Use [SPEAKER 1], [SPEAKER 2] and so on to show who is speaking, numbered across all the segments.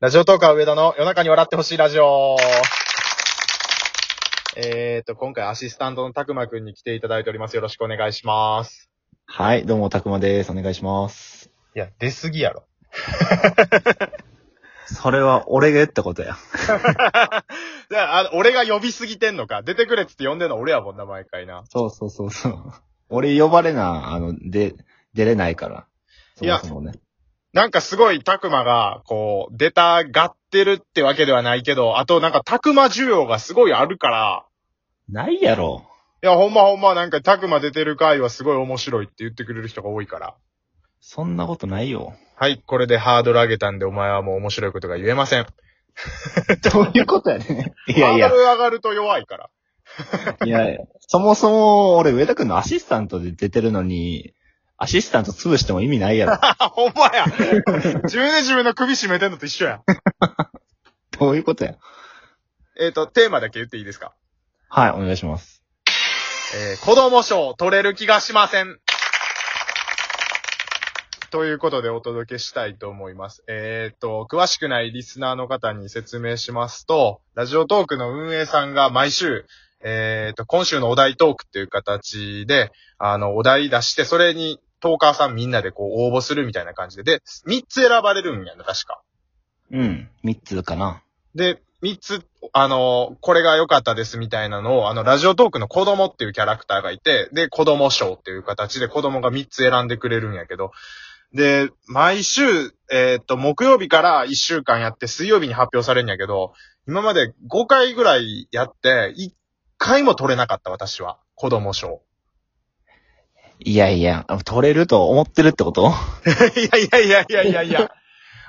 [SPEAKER 1] ラジオトーカー上田の夜中に笑ってほしいラジオ。えーと、今回アシスタントのたくまくんに来ていただいております。よろしくお願いします。
[SPEAKER 2] はい、どうも、たくまです。お願いします。
[SPEAKER 1] いや、出すぎやろ。
[SPEAKER 2] それは俺が言ったことや。
[SPEAKER 1] いや、あの、俺が呼びすぎてんのか。出てくれっつって呼んでんの俺やもんな、毎回な。
[SPEAKER 2] そうそうそうそう。俺呼ばれな、あの、で、出れないから。そもそもね。
[SPEAKER 1] なんかすごいたくまが、こう、出たがってるってわけではないけど、あとなんかたくま需要がすごいあるから、
[SPEAKER 2] ないやろ。
[SPEAKER 1] いや、ほんまほんま、なんか、たくま出てる回はすごい面白いって言ってくれる人が多いから。
[SPEAKER 2] そんなことないよ。
[SPEAKER 1] はい、これでハードル上げたんで、お前はもう面白いことが言えません。
[SPEAKER 2] どういうことやね。いや
[SPEAKER 1] ハー
[SPEAKER 2] い や
[SPEAKER 1] ド、ル上がると弱いから。
[SPEAKER 2] いやいや、そもそも俺、上田くんのアシスタントで出てるのに、アシスタント潰しても意味ないや ろ。
[SPEAKER 1] あ、ほんま や自分で自分の首絞めてんのと一緒や。
[SPEAKER 2] どういうことや。
[SPEAKER 1] えっ、と、テーマだけ言っていいですか
[SPEAKER 2] はい、お願いします。
[SPEAKER 1] えー子供賞取れる気がしません。ということでお届けしたいと思います。えっ、と、詳しくないリスナーの方に説明しますと、ラジオトークの運営さんが毎週、えっ、と、今週のお題トークっていう形で、あの、お題出して、それに、トーカーさんみんなでこう応募するみたいな感じで、で、3つ選ばれるんやな、確か。
[SPEAKER 2] うん、三つかな。
[SPEAKER 1] で、三つ、あの、これが良かったですみたいなのを、あの、ラジオトークの子供っていうキャラクターがいて、で、子供賞っていう形で子供が三つ選んでくれるんやけど、で、毎週、えーっと、木曜日から一週間やって、水曜日に発表されるんやけど、今まで5回ぐらいやって、1回も取れなかった、私は。子供賞。
[SPEAKER 2] いやいや、取れると思ってるってこと
[SPEAKER 1] いやいやいやいやいやいや。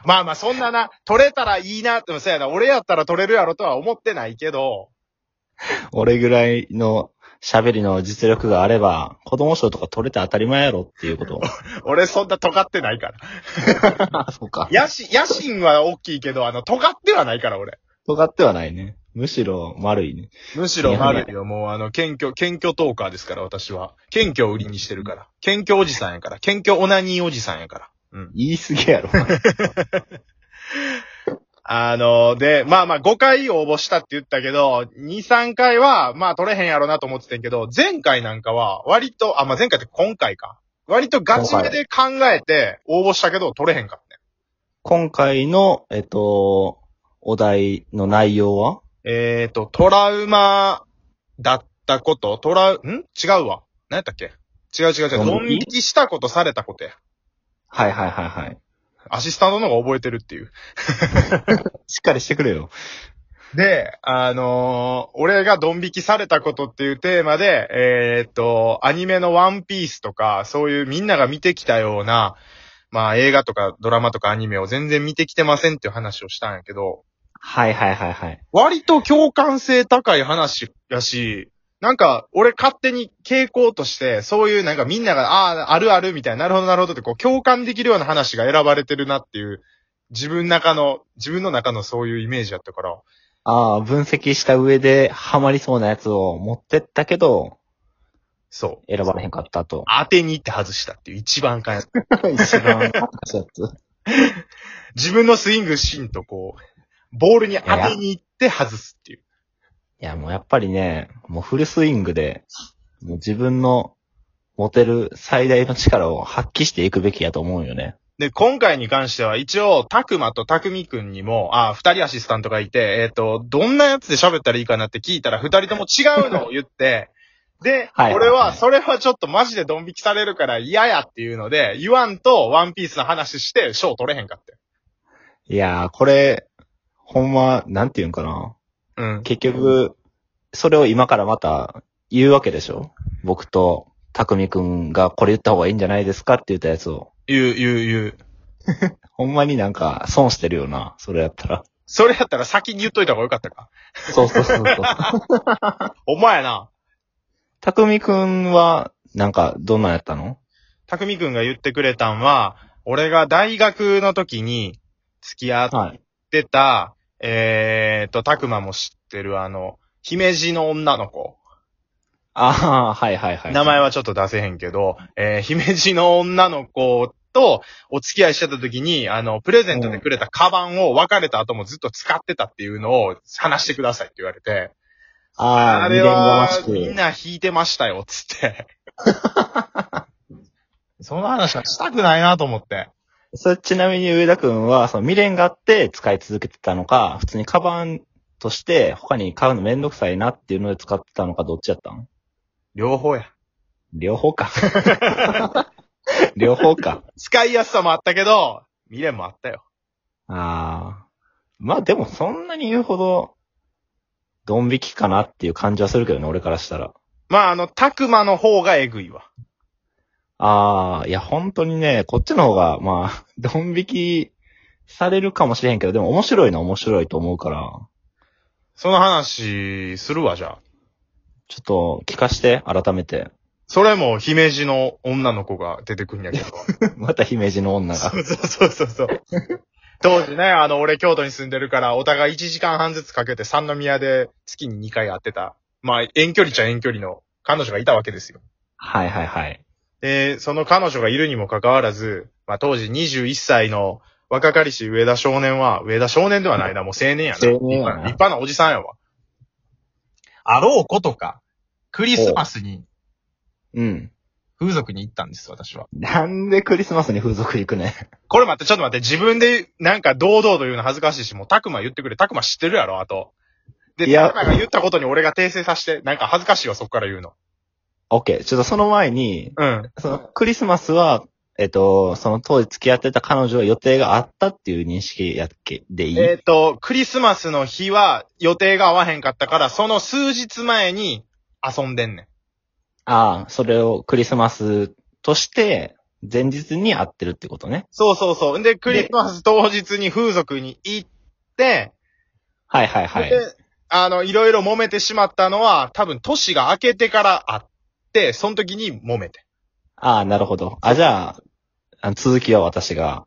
[SPEAKER 1] まあまあ、そんなな、取れたらいいな、でもそうやな、俺やったら取れるやろとは思ってないけど、
[SPEAKER 2] 俺ぐらいの喋りの実力があれば、子供賞とか取れて当たり前やろっていうこと。
[SPEAKER 1] 俺そんな尖ってないから。
[SPEAKER 2] あ、 そうか。
[SPEAKER 1] 野心、野心は大きいけど、あの、尖ってはないから、俺。
[SPEAKER 2] 尖ってはないね。むしろ丸いね。
[SPEAKER 1] むしろ丸いよ。もう、あの、謙虚、謙虚トーカーですから、私は。謙虚を売りにしてるから。謙虚おじさんやから。謙虚オナニーおじさんやから。うん。
[SPEAKER 2] 言い過ぎ やろ。
[SPEAKER 1] あの、で、まあまあ、5回応募したって言ったけど、2、3回は、まあ、取れへんやろなと思ってたんやけど、前回なんかは、割と、あ、まあ、前回って今回か。割とガチめで考えて、応募したけど、取れへんかったね。
[SPEAKER 2] 今回の、えっと、お題の内容は
[SPEAKER 1] えーと、トラウマだったこと、トラウ、ん違うわ。何やったっけ違う違う違う。ド
[SPEAKER 2] ド
[SPEAKER 1] ン
[SPEAKER 2] ン
[SPEAKER 1] 引
[SPEAKER 2] 引き
[SPEAKER 1] きしたことされたことや。
[SPEAKER 2] はいはいはいはい。
[SPEAKER 1] アシスタントの方が覚えてるっていう。
[SPEAKER 2] しっかりしてくれよ。
[SPEAKER 1] で、あのー俺がドン引きされたことっていうテーマで、えーっと、アニメのワンピースとか、そういうみんなが見てきたような、まあ映画とかドラマとかアニメを全然見てきてませんっていう話をしたんやけど、
[SPEAKER 2] はいはいはいはい。
[SPEAKER 1] 割と共感性高い話やし、なんか、俺勝手に傾向として、そういうなんかみんなが、ああ、あるあるみたいな、なるほどなるほどってこう共感できるような話が選ばれてるなっていう、自分の中の、自分の中のそういうイメージやったから、
[SPEAKER 2] ああ、分析した上でハマりそうなやつを持ってったけど、
[SPEAKER 1] そう。
[SPEAKER 2] 選ばれへんかったと。
[SPEAKER 1] 当てに行って外したっていう一番かん、
[SPEAKER 2] 一番恥ずかしいやつ。
[SPEAKER 1] 自分のスイングシーンとこう、ボールに当てに行って外すっていう。
[SPEAKER 2] いや、もうやっぱりね、もうフルスイングで、もう自分の持てる最大の力を発揮していくべきやと思うよね。
[SPEAKER 1] で、今回に関しては一応、たくまとたくみくんにも、あ、二人アシスタントがいて、えっ、と、どんなやつで喋ったらいいかなって聞いたら、二人とも違うのを言って、で、
[SPEAKER 2] はい
[SPEAKER 1] 俺
[SPEAKER 2] はい
[SPEAKER 1] は、
[SPEAKER 2] はい
[SPEAKER 1] それはちょっとマジでドン引きされるから嫌やっていうので、言わんとワンピースの話して、賞取れへんかって。
[SPEAKER 2] いやー、これ、ほんま、なんて言うんかな。
[SPEAKER 1] うん。
[SPEAKER 2] 結局、それを今からまた言うわけでしょ僕と、たくみくんがこれ言った方がいいんじゃないですかって言ったやつを。
[SPEAKER 1] 言う、言う、言う。
[SPEAKER 2] ほんまになんか損してるよな、それやったら。
[SPEAKER 1] それやったら先に言っといた方がよかったか。
[SPEAKER 2] そうそうそう そう。
[SPEAKER 1] お前やな。
[SPEAKER 2] たくみくんは、なんか、どんなんやったの
[SPEAKER 1] たくみくんが言ってくれたんは、俺が大学の時に付き合っ
[SPEAKER 2] はい。
[SPEAKER 1] ってた、えーと、たくまも知ってるあの、姫路の女の子。
[SPEAKER 2] ああ、はいはいはい。
[SPEAKER 1] 名前はちょっと出せへんけど、えー姫路の女の子とお付き合いしてた時に、あの、プレゼントでくれたカバンを別れた後もずっと使ってたっていうのを話してくださいって言われて、
[SPEAKER 2] ああ、
[SPEAKER 1] れ
[SPEAKER 2] 未練がまし
[SPEAKER 1] みん
[SPEAKER 2] く。
[SPEAKER 1] な引いてましたよ、つって。 その話はしたくないなと思って。
[SPEAKER 2] それちなみに上田くんは、その未練があって使い続けてたのか、普通にカバンとして他に買うのめんどくさいなっていうので使ってたのか、どっちやったん
[SPEAKER 1] 両方や。
[SPEAKER 2] 両方か。両方か。
[SPEAKER 1] 使いやすさもあったけど、未練もあったよ。
[SPEAKER 2] ああ。まあでもそんなに言うほど、ドン引きかなっていう感じはするけどね、俺からしたら。
[SPEAKER 1] まあ、あの、たくまの方がえぐいわ。
[SPEAKER 2] ああ、いや本当にね、こっちの方が、まあ、ドン引きされるかもしれへんけど、でも面白いのは面白いと思うから、
[SPEAKER 1] その話、するわ、じゃあ。
[SPEAKER 2] ちょっと聞かして、改め て。
[SPEAKER 1] それも、姫路の女の子が出てくんやけど。
[SPEAKER 2] また姫路の女が。
[SPEAKER 1] そうそうそうそう。当時ね、あの、俺京都に住んでるから、お互い1時間半ずつかけて三宮で月に2回会ってた。まあ、遠距離ちゃ遠距離の彼女がいたわけですよ。
[SPEAKER 2] はいはいはい。
[SPEAKER 1] で、その彼女がいるにもかかわらず、まあ当時21歳の若かりし上田少年は、上田少年ではないな、もう青年やな。
[SPEAKER 2] 青年やな
[SPEAKER 1] 立派なおじさんやわ。あろうことか、クリスマスに
[SPEAKER 2] うん。
[SPEAKER 1] 風俗に行ったんです、私は。
[SPEAKER 2] なんでクリスマスに風俗行くね。
[SPEAKER 1] これ待って、ちょっと待って、自分でなんか堂々と言うの恥ずかしいし、もうたくま言ってくれ。たくま知ってるやろ、あと。で、
[SPEAKER 2] いや
[SPEAKER 1] たくまが言ったことに俺が訂正させて、なんか恥ずかしいわ、そっから言うの。
[SPEAKER 2] オッケー。ちょっとその前に、
[SPEAKER 1] うん。
[SPEAKER 2] そのクリスマスは、えっと、その当時付き合ってた彼女は予定があったっていう認識やっけでいい、
[SPEAKER 1] えっ、と、クリスマスの日は予定が合わへんかったから、その数日前に遊んでんねん。
[SPEAKER 2] ああ、それをクリスマスとして、前日に会ってるってことね。
[SPEAKER 1] そうそうそう。で、クリスマス当日に風俗に行って、
[SPEAKER 2] はいはいはい。
[SPEAKER 1] で、あの、いろいろ揉めてしまったのは、多分年が明けてからあって、その時に揉めて。
[SPEAKER 2] ああ、なるほど。あ、じゃあ、あの続きは私が。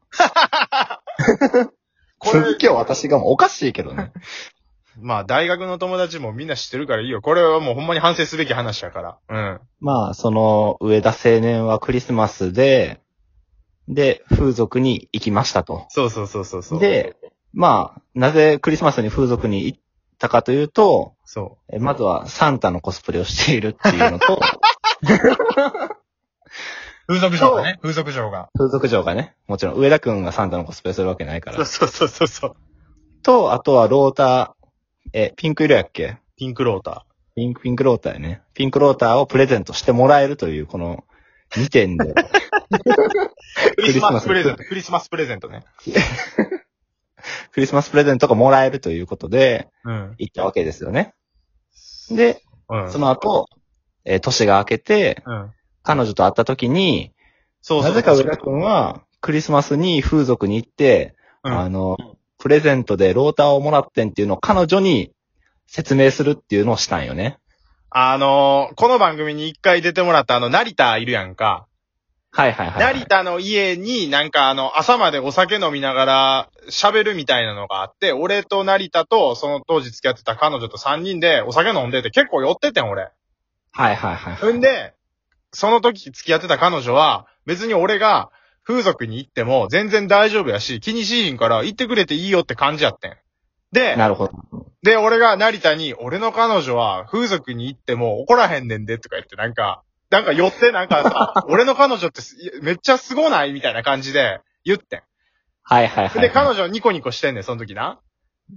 [SPEAKER 1] これ
[SPEAKER 2] 続きは私がもうおかしいけどね。
[SPEAKER 1] まあ、大学の友達もみんな知ってるからいいよ。これはもうほんまに反省すべき話やから。
[SPEAKER 2] まあ、その、上田青年はクリスマスで、で、風俗に行きましたと。
[SPEAKER 1] そうそうそうそうそう。
[SPEAKER 2] で、まあ、なぜクリスマスに風俗に行ったかというと、
[SPEAKER 1] そ
[SPEAKER 2] えまずはサンタのコスプレをしているっていうの と、
[SPEAKER 1] う。風俗
[SPEAKER 2] 嬢がね。
[SPEAKER 1] 風俗嬢が。
[SPEAKER 2] 風俗嬢がね、もちろん上田くんがサンタのコスプレするわけないか
[SPEAKER 1] そう
[SPEAKER 2] ら。
[SPEAKER 1] そうそうそうそう。
[SPEAKER 2] と、あとはローター、え、ピンク色やっけ
[SPEAKER 1] ピンクロータ
[SPEAKER 2] ピンク、ピンクローターやね。ピンクローターをプレゼントしてもらえるという、この2 点で。
[SPEAKER 1] ー。ク
[SPEAKER 2] リ
[SPEAKER 1] リ
[SPEAKER 2] ス
[SPEAKER 1] ス
[SPEAKER 2] マ
[SPEAKER 1] マ
[SPEAKER 2] ス
[SPEAKER 1] スプレゼント、クリスマスプレゼントね。
[SPEAKER 2] クリスマスプレゼントがもらえるということで、
[SPEAKER 1] うん。
[SPEAKER 2] 行ったわけですよね。で、
[SPEAKER 1] うん。
[SPEAKER 2] その後、えー年が明けて、
[SPEAKER 1] うん。
[SPEAKER 2] 彼女と会った時に、
[SPEAKER 1] そうそう。
[SPEAKER 2] なぜか上田くんは、クリスマスに風俗に行って、
[SPEAKER 1] うん
[SPEAKER 2] あの、プレゼントでローターをもらってんっていうのを彼女に説明するっていうのをしたんよね。
[SPEAKER 1] あのーこの番組に一回出てもらったあの、成田いるやんか。
[SPEAKER 2] はいはいはい、
[SPEAKER 1] 成田の家になんかあの、朝までお酒飲みながら喋るみたいなのがあって、俺と成田とその当時付き合ってた彼女と三人でお酒飲んでて結構酔っててん俺。
[SPEAKER 2] はいはいはいはい。
[SPEAKER 1] んで、その時付き合ってた彼女は、別に俺が風俗に行っても全然大丈夫やし、気にしいひんから行ってくれていいよって感じやってん。で、
[SPEAKER 2] なるほど。
[SPEAKER 1] で、俺が成田に、俺の彼女は風俗に行っても怒らへんねんでとか言って、なんか、なんか寄って、なんか さ、俺の彼女ってすめっちゃすごないみたいな感じで言ってん。
[SPEAKER 2] はいはいはい。
[SPEAKER 1] で、彼女ニコニコしてんねん、その時な。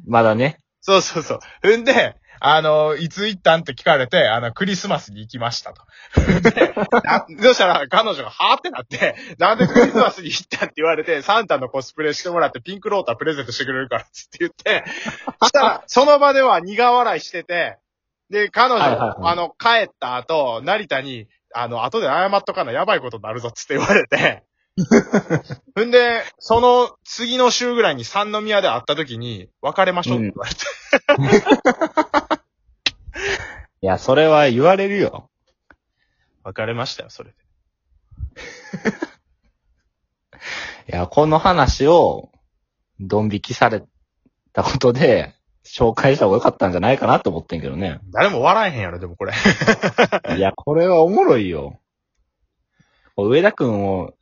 [SPEAKER 2] まだね。
[SPEAKER 1] そうそうそう。んで、あの、いつ行ったんって聞かれて、あの、クリスマスに行きましたと。で、なそしたら彼女がはーってなって、なんでクリスマスに行ったんって言われて、サンタのコスプレしてもらってピンクロータープレゼントしてくれるからっつって言って、したら、その場では苦笑いしてて、で、彼女、
[SPEAKER 2] はいはいはい
[SPEAKER 1] あの、帰った後、成田に、あの、後で謝っとかな、やばいことになるぞっつって言われ て、んで、その次の週ぐらいに三宮で会った時に、別れましょうって言われて、
[SPEAKER 2] いや、それは言われるよ。
[SPEAKER 1] 別れましたよ、それで。
[SPEAKER 2] いや、この話を、ドン引きされたことで、紹介した方が良かったんじゃないかなと思ってんけどね。
[SPEAKER 1] 誰も笑えへんやろ、でもこれ。
[SPEAKER 2] いや、これはおもろいよ。上田くんを、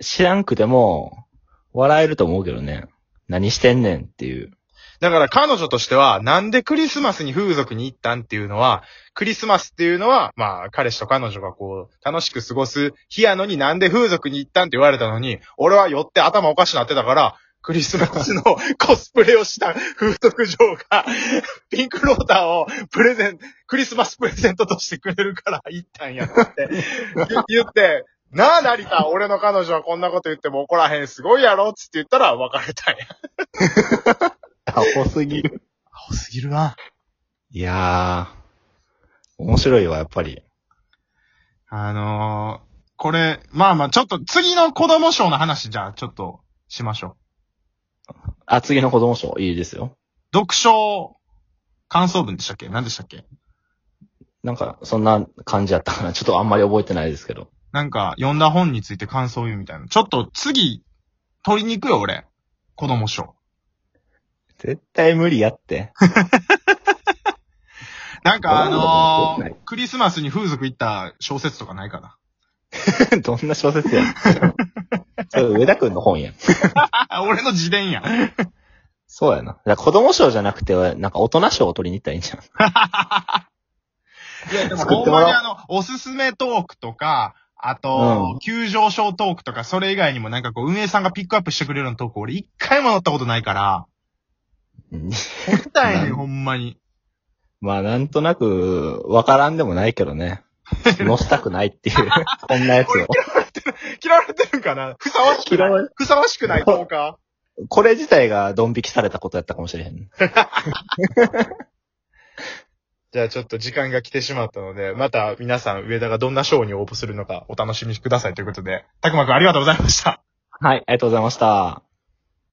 [SPEAKER 2] 知らんくても、笑えると思うけどね。何してんねんっていう。
[SPEAKER 1] だから彼女としては、なんでクリスマスに風俗に行ったんっていうのは、クリスマスっていうのは、まあ、彼氏と彼女がこう、楽しく過ごす日やのになんで風俗に行ったんって言われたのに、俺は寄って頭おかしなってたから、クリスマスの コスプレをした風俗嬢が、 ピンクローターをプレゼン、クリスマスプレゼントとしてくれるから行ったんやって 言言って、なあ、成田、俺の彼女はこんなこと言っても怒らへん、すごいやろっつって言ったら別れたんや。
[SPEAKER 2] アホすぎる。
[SPEAKER 1] 青すぎるな。
[SPEAKER 2] いやー、面白いわ、やっぱり。
[SPEAKER 1] あのー、これ、まあまあ、ちょっと次の子供賞の話じゃあ、ちょっとしましょ
[SPEAKER 2] あ、次の子供賞、いいですよ。
[SPEAKER 1] う。読書感想文でしたっけ何でしたっけ
[SPEAKER 2] なんか、そんな感じやったかな。ちょっとあんまり覚えてないですけど。
[SPEAKER 1] なんか、読んだ本について感想を言うみたいな。ちょっと次、取りに行くよ、俺。子供賞。
[SPEAKER 2] 絶対無理やって。
[SPEAKER 1] なんか、あの
[SPEAKER 2] は
[SPEAKER 1] ー
[SPEAKER 2] い、
[SPEAKER 1] クリスマスに風俗行った小説とかないかな。
[SPEAKER 2] どんな小説 やん。それ上田くんの本やん。
[SPEAKER 1] あ、俺の自伝や。
[SPEAKER 2] そうやな。だから子供賞じゃなくて、なんか大人賞を取りに行ったらいいんじゃん。
[SPEAKER 1] いや、でも、
[SPEAKER 2] 作
[SPEAKER 1] ほ
[SPEAKER 2] っ
[SPEAKER 1] ん
[SPEAKER 2] て
[SPEAKER 1] ま
[SPEAKER 2] もらおう
[SPEAKER 1] にあの、おすすめトークとか、あと、
[SPEAKER 2] うん
[SPEAKER 1] 急上昇トークとか、それ以外にもなんかこう、運営さんがピックアップしてくれるようなトーク、俺一回も乗ったことないから、
[SPEAKER 2] うん
[SPEAKER 1] 乗りたいね
[SPEAKER 2] うん
[SPEAKER 1] ん、ほんまに。
[SPEAKER 2] まあなんとなく、わからんでもないけどね。乗したくないっていう、こんなやつを。
[SPEAKER 1] 嫌われてるんかなふさわしく
[SPEAKER 2] 嫌
[SPEAKER 1] ない
[SPEAKER 2] われ
[SPEAKER 1] ふさわしくないトーカ
[SPEAKER 2] これ自体がドン引きされたことやったかもしれへん。
[SPEAKER 1] ーじゃあちょっと時間が来てしまったので、また皆さん、上田がどんな賞に応募するのかお楽しみくださいということで、たくまくんありがとうございました。
[SPEAKER 2] はい、ありがとうございました。